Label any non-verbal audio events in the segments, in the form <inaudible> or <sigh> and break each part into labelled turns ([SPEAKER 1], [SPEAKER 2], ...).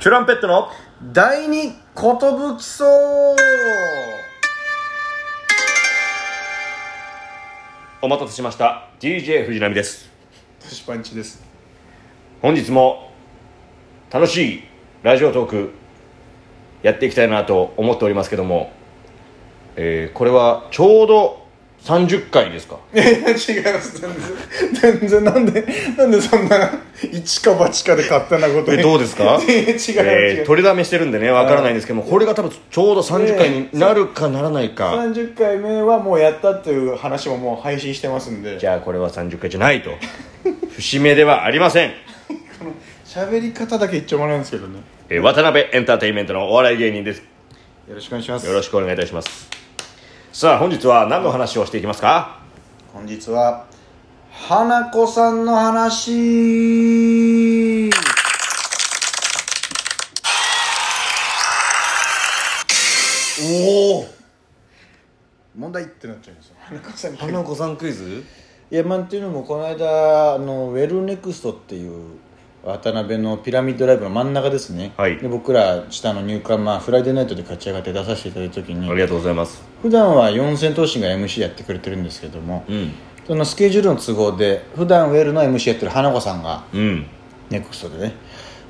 [SPEAKER 1] チュランペットの
[SPEAKER 2] 第二ことぶきそう
[SPEAKER 1] お待たせしました DJ 藤波です
[SPEAKER 2] 年パンチです
[SPEAKER 1] 本日も楽しいラジオトークやっていきたいなと思っておりますけども、えーこれはちょうど30回ですか
[SPEAKER 2] いやいや違います全然全然なんでなんでそんな一か八かで勝手なこと
[SPEAKER 1] えどうです
[SPEAKER 2] <laughs>
[SPEAKER 1] か <laughs>
[SPEAKER 2] いや違う
[SPEAKER 1] え
[SPEAKER 2] 違
[SPEAKER 1] ー
[SPEAKER 2] う、
[SPEAKER 1] 取りだめしてるんでねわからないんですけどもこれが多分ちょうど30回になるかならないか、
[SPEAKER 2] 30回目はもうやったという話ももう配信してますんで
[SPEAKER 1] じゃあこれは30回じゃないと <laughs> 節目ではありません
[SPEAKER 2] 喋り方だけ言っちゃもらうんですけどね
[SPEAKER 1] えー渡辺エンターテインメントのお笑い芸人です
[SPEAKER 2] よろしくお願いします
[SPEAKER 1] よろしくお願いいたしますさあ本日は何の話をしていきますか
[SPEAKER 2] 本日は花子さんの話
[SPEAKER 1] おお
[SPEAKER 2] 問題ってなっちゃいますよ花子さんに
[SPEAKER 1] 花子さんクイズ
[SPEAKER 2] いやまあっていうのもこの間あのウェルネクストっていう渡辺のピラミッドライブの真ん中ですね、
[SPEAKER 1] はい
[SPEAKER 2] で僕ら下の入管、まあ、フライデーナイトで勝ち上がって出させていただいた時
[SPEAKER 1] あ
[SPEAKER 2] に
[SPEAKER 1] りがとうございます
[SPEAKER 2] 普段は四千頭身が MC やってくれてるんですけども、
[SPEAKER 1] うん
[SPEAKER 2] そのスケジュールの都合で普段ウェルの MC やってる花子さんが
[SPEAKER 1] うん
[SPEAKER 2] ネクストでね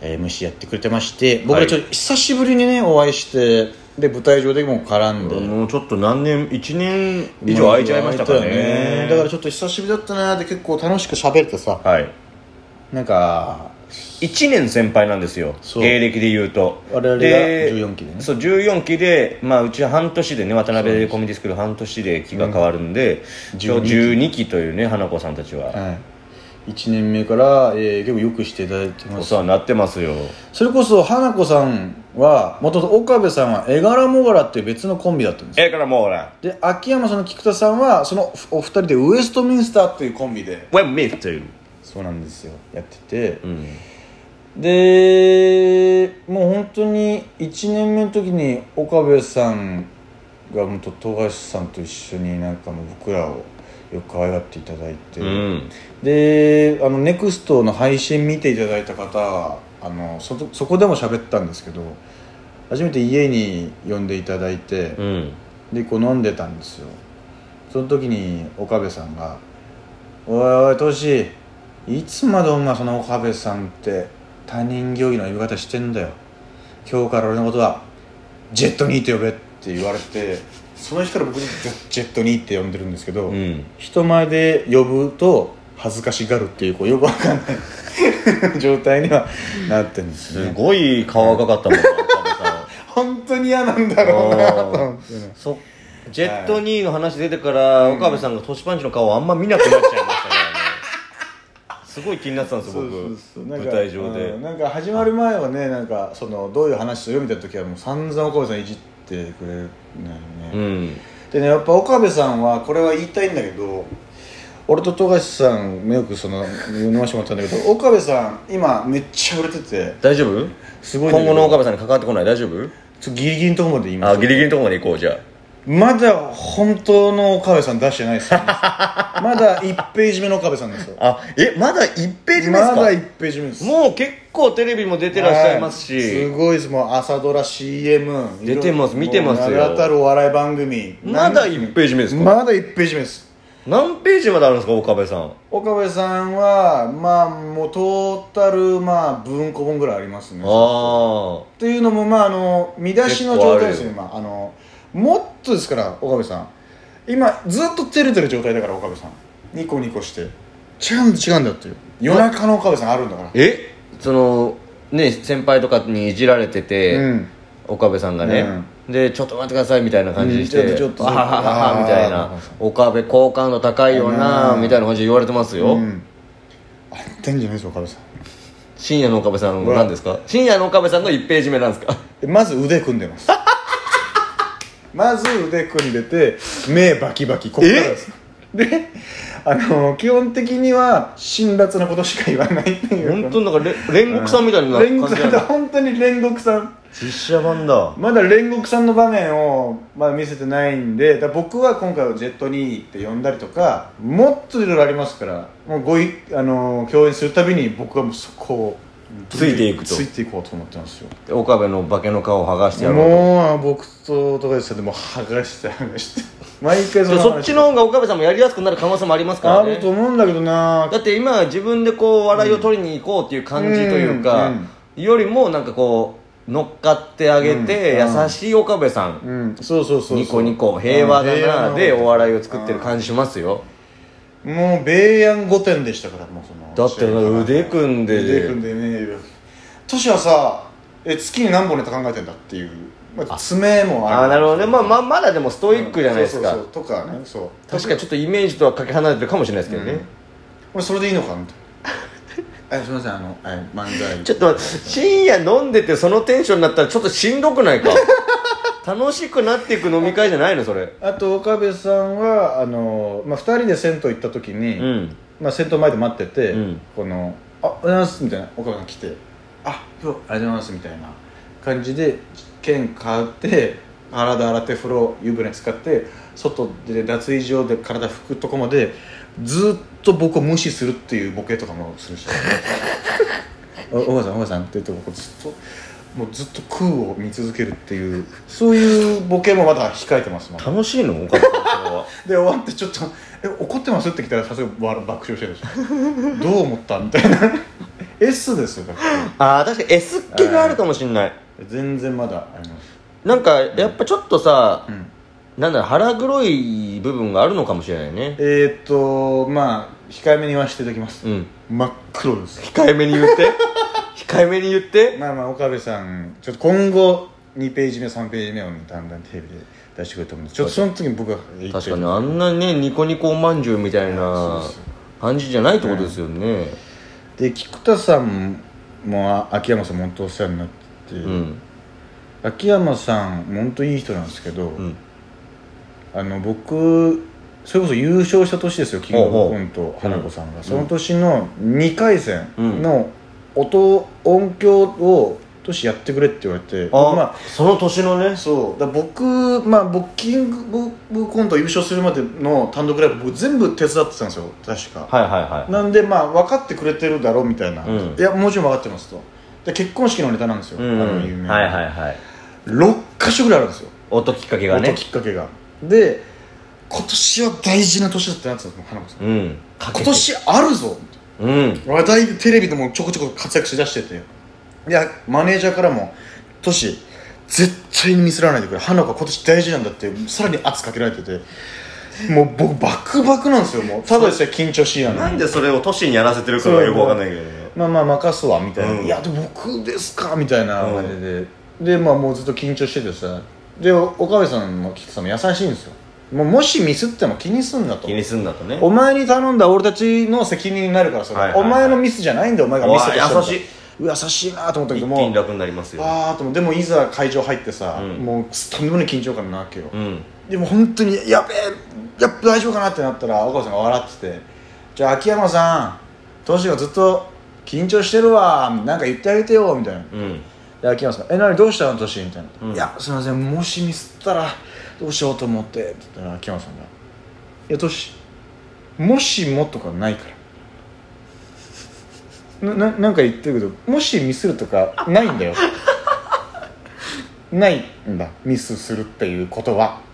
[SPEAKER 2] えー MC やってくれてまして僕らちょっと久しぶりにねお会いしてで舞台上でも絡んで、
[SPEAKER 1] もうちょっと何年1年以上空いちゃいましたから
[SPEAKER 2] 空いたよ
[SPEAKER 1] ね
[SPEAKER 2] だからちょっと久しぶりだったなーって結構楽しく喋れてさ
[SPEAKER 1] はい
[SPEAKER 2] なんか
[SPEAKER 1] 1年先輩なんですよ
[SPEAKER 2] そう
[SPEAKER 1] 芸歴でいうと
[SPEAKER 2] 我々が
[SPEAKER 1] で
[SPEAKER 2] 14期でね
[SPEAKER 1] そう14期で、まあ、うちは半年でね渡辺コメディスクール半年で期が変わるんで、一応12期というね花子さんたちは
[SPEAKER 2] はい、1年目から、えー結構よくしていただいてま
[SPEAKER 1] お
[SPEAKER 2] す
[SPEAKER 1] 世話になってますよ
[SPEAKER 2] それこそ花子さんはもともと岡部さんは絵柄もがらっていう別のコンビだったんですよ
[SPEAKER 1] ええからもうほら
[SPEAKER 2] で秋山さんの菊田さんはそのおお二人でウエストミンスターっていうコンビで
[SPEAKER 1] When me too
[SPEAKER 2] そうなんですよやってて
[SPEAKER 1] う、ん
[SPEAKER 2] でもう本当に1年目の時に岡部さんがもうと富樫さんと一緒になんかもう僕らをよく可愛がっていただいて、
[SPEAKER 1] うん
[SPEAKER 2] であのネクストの配信見ていただいた方はあのそそこでも喋ったんですけど初めて家に呼んでいただいて、
[SPEAKER 1] うん
[SPEAKER 2] でこう飲んでたんですよその時に岡部さんが「おいおいトシいつまでお前その岡部さんって他人行儀の呼び方してんだよ今日から俺のことはジェットニーと呼べ」って言われてその日から僕にジェットニーって呼んでるんですけど、
[SPEAKER 1] うん
[SPEAKER 2] 人前で呼ぶと恥ずかしがるっていうこうよくわかんない <laughs> 状態にはなってるんです
[SPEAKER 1] す
[SPEAKER 2] ね
[SPEAKER 1] ごい顔赤かったもんな岡部さん
[SPEAKER 2] 本当に嫌なんだろうなと思 <laughs> ってね
[SPEAKER 1] そジェットニーの話出てから、岡部さんがトシパンチの顔をあんま見なくなっちゃいましたからねすごい気になってたんですよ僕
[SPEAKER 2] なん
[SPEAKER 1] 舞
[SPEAKER 2] か
[SPEAKER 1] 台上で、
[SPEAKER 2] うんなんか始まる前はねなんかそのどういう話するみたいな時はもう散々岡部さんいじってくれるのよね、
[SPEAKER 1] うん
[SPEAKER 2] でねやっぱ岡部さんはこれは言いたいんだけど俺と富樫さんよくその飲ましてもらったんだ
[SPEAKER 1] <laughs>
[SPEAKER 2] けど岡部さん今めっちゃ売れてて
[SPEAKER 1] 大丈夫
[SPEAKER 2] すごいんだ
[SPEAKER 1] 今
[SPEAKER 2] けど
[SPEAKER 1] 後の岡部さんに関わってこない大丈夫
[SPEAKER 2] ちょっとギリギリのとこまで言います
[SPEAKER 1] あギリギリのところまで行こうじゃあ
[SPEAKER 2] まだ本当の岡部さん出してないです
[SPEAKER 1] <laughs>
[SPEAKER 2] よねまだ1ページ目の岡部さんですよ
[SPEAKER 1] あえまだ1ページ目ですか
[SPEAKER 2] まだ1ページ目です
[SPEAKER 1] もう結構テレビも出てらっしゃいますし、
[SPEAKER 2] はいすごいですもう朝ドラ CM
[SPEAKER 1] 出てます
[SPEAKER 2] いろいろ
[SPEAKER 1] 見てますよ
[SPEAKER 2] もう名だたるお笑い番組
[SPEAKER 1] まだ1ページ目ですか、
[SPEAKER 2] まだ1ページ目です
[SPEAKER 1] 何ページまであるんですか岡部さん
[SPEAKER 2] 岡部さんはまあもうトータルまあ文庫本ぐらいありますね
[SPEAKER 1] あ
[SPEAKER 2] っていうのもまああの見出しの状態ですよ
[SPEAKER 1] 結
[SPEAKER 2] 今あのもっとですから岡部さん今ずっと照れてる状態だから岡部さんニコニコして違うんだ違うんだっていう夜中の岡部さんあるんだから
[SPEAKER 1] あえそのね先輩とかにいじられてて、
[SPEAKER 2] うん
[SPEAKER 1] 岡部さんがね、でちょっと待ってくださいみたいな感じでして、
[SPEAKER 2] うんちょっとちょっと
[SPEAKER 1] あははははみたい
[SPEAKER 2] あ
[SPEAKER 1] な
[SPEAKER 2] ー
[SPEAKER 1] 岡部好感度高いよな
[SPEAKER 2] うん
[SPEAKER 1] みたいな感じで言われてますよ、
[SPEAKER 2] うんあってんじゃないですか岡部さん
[SPEAKER 1] 深夜の岡部さん
[SPEAKER 2] うわ
[SPEAKER 1] なんですか深夜の岡部さんの1ページ目なんですか
[SPEAKER 2] まず腕組んでます
[SPEAKER 1] <laughs>
[SPEAKER 2] まず腕組んでて目バキバキこっからですであの基本的には辛辣なことしか言わないっていう
[SPEAKER 1] 本当なんかれ煉獄さんみたいな
[SPEAKER 2] 煉
[SPEAKER 1] 感
[SPEAKER 2] 獄
[SPEAKER 1] じ
[SPEAKER 2] さんだ
[SPEAKER 1] だ
[SPEAKER 2] 本当に煉獄さん
[SPEAKER 1] 実写版だ
[SPEAKER 2] まだ煉獄さんの場面をまだ見せてないんでだ僕は今回はジェットニーって呼んだりとかもっといろいろありますからもうごいあの共演するたびに僕はもうそこを
[SPEAKER 1] ついていくと
[SPEAKER 2] ついていこうと思ってますよ
[SPEAKER 1] 岡部の化けの皮を剥がしてやろうと
[SPEAKER 2] もう僕と高橋さんでも剥がして剥がして毎
[SPEAKER 1] で
[SPEAKER 2] 回その
[SPEAKER 1] も
[SPEAKER 2] 話
[SPEAKER 1] そっちの方が岡部さんもやりやすくなる可能性もありますから
[SPEAKER 2] あ
[SPEAKER 1] ね
[SPEAKER 2] ると思うんだけどな
[SPEAKER 1] だって今は自分でこう笑いを取りに行こうっていう感じというか、
[SPEAKER 2] うん
[SPEAKER 1] よりもなんかこう乗っかってあげて
[SPEAKER 2] うん
[SPEAKER 1] 優しい岡部さん、
[SPEAKER 2] うんそうそうそうそう
[SPEAKER 1] ニコニコ平和
[SPEAKER 2] うん平
[SPEAKER 1] だ
[SPEAKER 2] 和
[SPEAKER 1] なでお笑いを作ってる感じしますよ
[SPEAKER 2] もう米安御殿でしたからもうその
[SPEAKER 1] だって腕組んで
[SPEAKER 2] 腕組んでねえよトシはさえ月に何本ネタ考えてんだっていう、まあ、爪もある
[SPEAKER 1] ああなるほどね、まあ、まあまだでもストイックじゃないですか、
[SPEAKER 2] そうそうそうとかねそう
[SPEAKER 1] 確かにちょっとイメージとはかけ離れてるかもしれないですけどね、
[SPEAKER 2] 俺それでいいのかみたいな <laughs> えすいませんあのえ漫才
[SPEAKER 1] ちょっと深夜飲んでてそのテンションになったらちょっとしんどくないか <laughs> 楽しくなっていく飲み会じゃないのそれ
[SPEAKER 2] あと岡部さんはあの、まあ、2人で銭湯行った時に、
[SPEAKER 1] うん
[SPEAKER 2] まあ、銭湯前で待ってて、
[SPEAKER 1] うん
[SPEAKER 2] この「あおはようございます」みたいな岡部さん来て「あ今日ありがとうございます」みたいな感じで剣買って体洗って風呂湯船使って外で脱衣所で体拭くとこまでずっと僕を無視するっていうボケとかも
[SPEAKER 1] <laughs>
[SPEAKER 2] するしおおばさんおばさんって言って僕ずっともうずっと空を見続けるっていうそういうボケもまだ控えてますもん
[SPEAKER 1] 楽しいの岡部さんそれは
[SPEAKER 2] <laughs> で終わってちょっと「え怒ってます?」って来たらさすがに笑爆笑してるでしょどう思ったみたいな <laughs> S ですよだって
[SPEAKER 1] ああ確かに S っ気があるかもしんない
[SPEAKER 2] 全然まだあります
[SPEAKER 1] なんかやっぱちょっとさ、
[SPEAKER 2] ん
[SPEAKER 1] なんだろう腹黒い部分があるのかもしれないね
[SPEAKER 2] えー、っとまあ控えめに言わせていただきます、
[SPEAKER 1] うん
[SPEAKER 2] 真っ黒です
[SPEAKER 1] 控えめに
[SPEAKER 2] <laughs>
[SPEAKER 1] 言って控えめに言って
[SPEAKER 2] まあまあ岡部さんちょっと今後2ページ目3ページ目をだんだんテレビで出してくれると思うんでちょっとその時に僕が言って
[SPEAKER 1] 確かにあんなねニコニコおまんじゅうみたいな
[SPEAKER 2] そうそう
[SPEAKER 1] 感じじゃないってことですよね、
[SPEAKER 2] で菊田さんもあ秋山さんも本当お世話になってて、
[SPEAKER 1] うん
[SPEAKER 2] 秋山さん本当いい人なんですけど、
[SPEAKER 1] うん
[SPEAKER 2] あの僕それこそ優勝した年ですよキングオ
[SPEAKER 1] ほう
[SPEAKER 2] ブ
[SPEAKER 1] ほう
[SPEAKER 2] コント花子さんが、
[SPEAKER 1] うん
[SPEAKER 2] その年の2回戦の音、音響を年やってくれって言われて
[SPEAKER 1] あ、
[SPEAKER 2] ま
[SPEAKER 1] その年のね
[SPEAKER 2] あそうだから僕まあ僕キングオブコント優勝するまでの単独ライブ僕全部手伝ってたんですよ確か、
[SPEAKER 1] はいはいはい
[SPEAKER 2] なんでまあ分かってくれてるだろうみたいな、
[SPEAKER 1] うん
[SPEAKER 2] いやもちろん分かってますとで結婚式のネタなんですよ、
[SPEAKER 1] うん
[SPEAKER 2] あの有名な、
[SPEAKER 1] はいはいはい
[SPEAKER 2] 6箇所ぐらいあるんですよ
[SPEAKER 1] 音きっかけがね
[SPEAKER 2] 音きっかけがで今年は大事な年だってなってたの花子さん
[SPEAKER 1] うん
[SPEAKER 2] 今年あるぞ
[SPEAKER 1] うん
[SPEAKER 2] 話題でテレビでもちょこちょこ活躍しだしてていやマネージャーからも「トシ絶対にミスらないでくれ花子は今年大事なんだ」ってさらに圧かけられててもう僕バクバクなんですよもうただでさえ緊張しいなのに
[SPEAKER 1] でそれを年にやらせてる
[SPEAKER 2] かがよくわかんない
[SPEAKER 1] けど
[SPEAKER 2] まあまあ任すわみたいな「
[SPEAKER 1] うん
[SPEAKER 2] いやで僕ですか」みたいな感じで、でまあもうずっと緊張しててさで岡部さんも菊田さんも優しいんですよもうもしミスっても気にすんなと
[SPEAKER 1] 気にすんだとね
[SPEAKER 2] お前に頼んだ俺たちの責任になるからそれ、
[SPEAKER 1] はいはいはい
[SPEAKER 2] お前のミスじゃないんだよお前がミスだとしたら
[SPEAKER 1] うわ優しいう
[SPEAKER 2] わ優しいなと思ったけ
[SPEAKER 1] 一気
[SPEAKER 2] ども
[SPEAKER 1] に楽になりますよ
[SPEAKER 2] あーと思ってでもいざ会場入ってさ、
[SPEAKER 1] うん
[SPEAKER 2] もうとんでもない緊張感なわけよ、
[SPEAKER 1] うん
[SPEAKER 2] でも本当にやべえやっぱ大丈夫かなってなったら赤さんが笑ってて「じゃあ秋山さんトシがずっと緊張してるわなんか言ってあげてよ」みたいな
[SPEAKER 1] うん
[SPEAKER 2] で秋山さんが「え何どうしたのトシ」みたいな「
[SPEAKER 1] うん
[SPEAKER 2] いやすいませんもしミスったらどうしようと思って」って言ったら秋山さんが「いやトシもしもとかないから」なななんか言ってるけどもしミスるとかないんだよないんだミスするっていうことは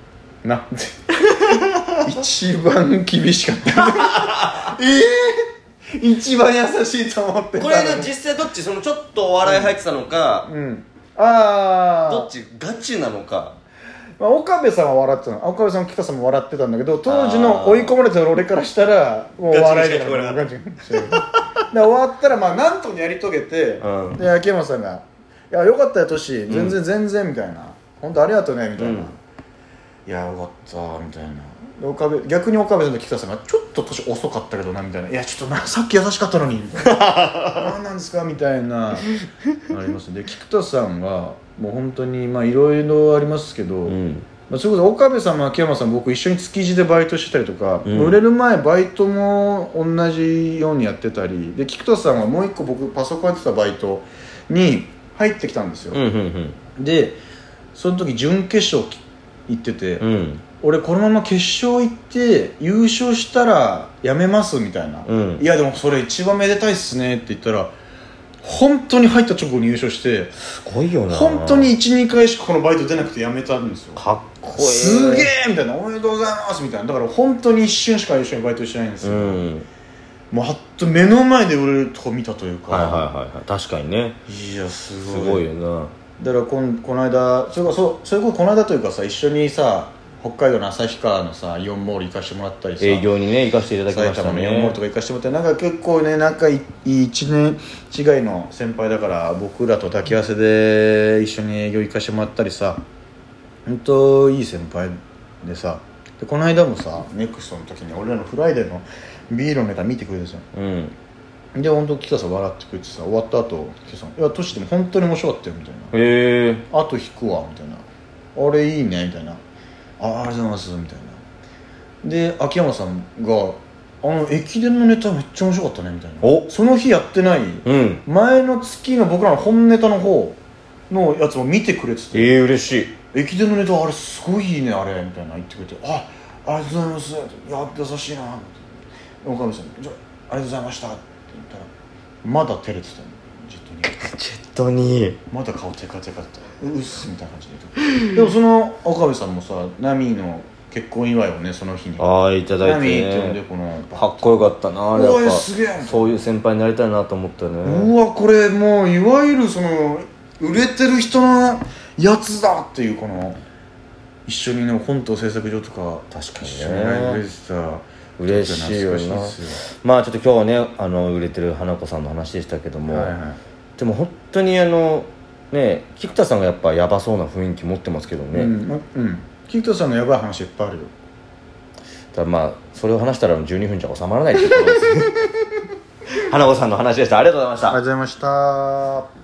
[SPEAKER 2] なって
[SPEAKER 1] <laughs>
[SPEAKER 2] 一番厳しかっ
[SPEAKER 1] <laughs>
[SPEAKER 2] たええ一番優しいと思ってた
[SPEAKER 1] こ
[SPEAKER 2] の
[SPEAKER 1] れ
[SPEAKER 2] に
[SPEAKER 1] ね実際どっちそのちょっとお笑い入ってたのか、
[SPEAKER 2] うんああ
[SPEAKER 1] どっちガチなのか
[SPEAKER 2] まあ、岡部さんは笑ってたの岡部さんも菊田さんも笑ってたんだけど当時の追い込まれてる俺からしたらもう笑いじゃな
[SPEAKER 1] ガ
[SPEAKER 2] いで終わったらまあなんとかやり遂げて、
[SPEAKER 1] うん
[SPEAKER 2] で秋山さんが「いやよかったよトシ全然全然」みたいな「本当ありがとうね」みたい
[SPEAKER 1] う
[SPEAKER 2] な「
[SPEAKER 1] ん
[SPEAKER 2] いやよかった」みたいな。で岡部逆に岡部さんと菊田さんが「ちょっと年遅かったけどな」みたいな「いやちょっとなさっき優しかったのに」みたいな「何なんですか?」みたいな <laughs> ありますねで菊田さんはもう本当にまあいろいろありますけど、
[SPEAKER 1] ん
[SPEAKER 2] まあ、それこそ岡部さんも秋山さんも僕一緒に築地でバイトしてたりとか、
[SPEAKER 1] うん
[SPEAKER 2] 売れる前バイトも同じようにやってたりで菊田さんはもう一個僕パソコンやってたバイトに入ってきたんです
[SPEAKER 1] うん
[SPEAKER 2] よ、
[SPEAKER 1] うん
[SPEAKER 2] でその時準決勝行ってて、
[SPEAKER 1] うんうん
[SPEAKER 2] 俺このまま決勝行って優勝したらやめますみたいな、
[SPEAKER 1] うん
[SPEAKER 2] いやでもそれ一番めでたいっすねって言ったら本当に入った直後に優勝して
[SPEAKER 1] すごいよな
[SPEAKER 2] 本当に12回しかこのバイト出なくて辞めたんですよ
[SPEAKER 1] かっこいい
[SPEAKER 2] すげえみたいな「おめでとうございます」みたいなだから本当に一瞬しか一緒にバイトしてないんです
[SPEAKER 1] う
[SPEAKER 2] よ、
[SPEAKER 1] ん
[SPEAKER 2] もうはっと目の前で売れるとこ見たというか、
[SPEAKER 1] はいはいはいはい確かにね
[SPEAKER 2] いやすご
[SPEAKER 1] す
[SPEAKER 2] い
[SPEAKER 1] ごいよな
[SPEAKER 2] だからこんこの間それこそそれこそこの間というかさ一緒にさ北海道の旭川のさイオンモール行かしてもらったりさ
[SPEAKER 1] 営業にね行かせていただきま
[SPEAKER 2] 埼
[SPEAKER 1] した
[SPEAKER 2] 玉のイオンモー
[SPEAKER 1] ね
[SPEAKER 2] ルとか行かしてもらってなんか結構ね仲いい1年違いの先輩だから僕らと抱き合わせで一緒に営業行かしてもらったりさ本当いい先輩でさでこの間もさネクストの時に俺らのフライデーのビールのネタ見てくれてさ
[SPEAKER 1] うん
[SPEAKER 2] で本当キカさん笑ってくれてさ終わった後キカさん「いやトシでも本当に面白かったよ」みたいな
[SPEAKER 1] へえ
[SPEAKER 2] あと引くわみたいなあれいいねみたいなああありがとうございますみたいなで秋山さんが「あの駅伝のネタめっちゃ面白かったね」みたいな
[SPEAKER 1] お
[SPEAKER 2] その日やってない
[SPEAKER 1] うん
[SPEAKER 2] 前の月の僕らの本ネタの方のやつも見てくれて
[SPEAKER 1] え
[SPEAKER 2] て
[SPEAKER 1] え嬉しい
[SPEAKER 2] 「駅伝のネタあれすごいいいねあれ」みたいな言ってくれて「あありがとうございます」いや優しいな」みたいな岡部さん「じゃあありがとうございました」って言ったらまだ照れてたのジェットに。
[SPEAKER 1] ジェットに
[SPEAKER 2] まだ顔テカテカだったうっすみたいな感じででもその岡部さんもさナミの結婚祝いをねその日に
[SPEAKER 1] ああいただ
[SPEAKER 2] ナ
[SPEAKER 1] い
[SPEAKER 2] ミって呼ん
[SPEAKER 1] て
[SPEAKER 2] で
[SPEAKER 1] ね
[SPEAKER 2] この
[SPEAKER 1] かっこよかったなあれ
[SPEAKER 2] うわ
[SPEAKER 1] やっぱ
[SPEAKER 2] すげえ
[SPEAKER 1] そういう先輩になりたいなと思ったね
[SPEAKER 2] うわこれもういわゆるその売れてる人のやつだっていうこの一緒にねコント制作所とか
[SPEAKER 1] 確かにね
[SPEAKER 2] 一緒にライブ出てた
[SPEAKER 1] 嬉しいよな
[SPEAKER 2] 懐かしいです
[SPEAKER 1] まあちょっと今日はねあの売れてる花子さんの話でしたけど
[SPEAKER 2] よ
[SPEAKER 1] も、
[SPEAKER 2] はいはい
[SPEAKER 1] でも本当にあのね菊田さんがやっぱヤバそうな雰囲気持ってますけどね、
[SPEAKER 2] うんまうんキクトさんのやばい話いっぱいあるよ
[SPEAKER 1] ただまあそれを話したら12分じゃ収
[SPEAKER 2] <laughs>
[SPEAKER 1] まらないっていうことですね花子さんの話でしたありがとうございました
[SPEAKER 2] ありがとうございました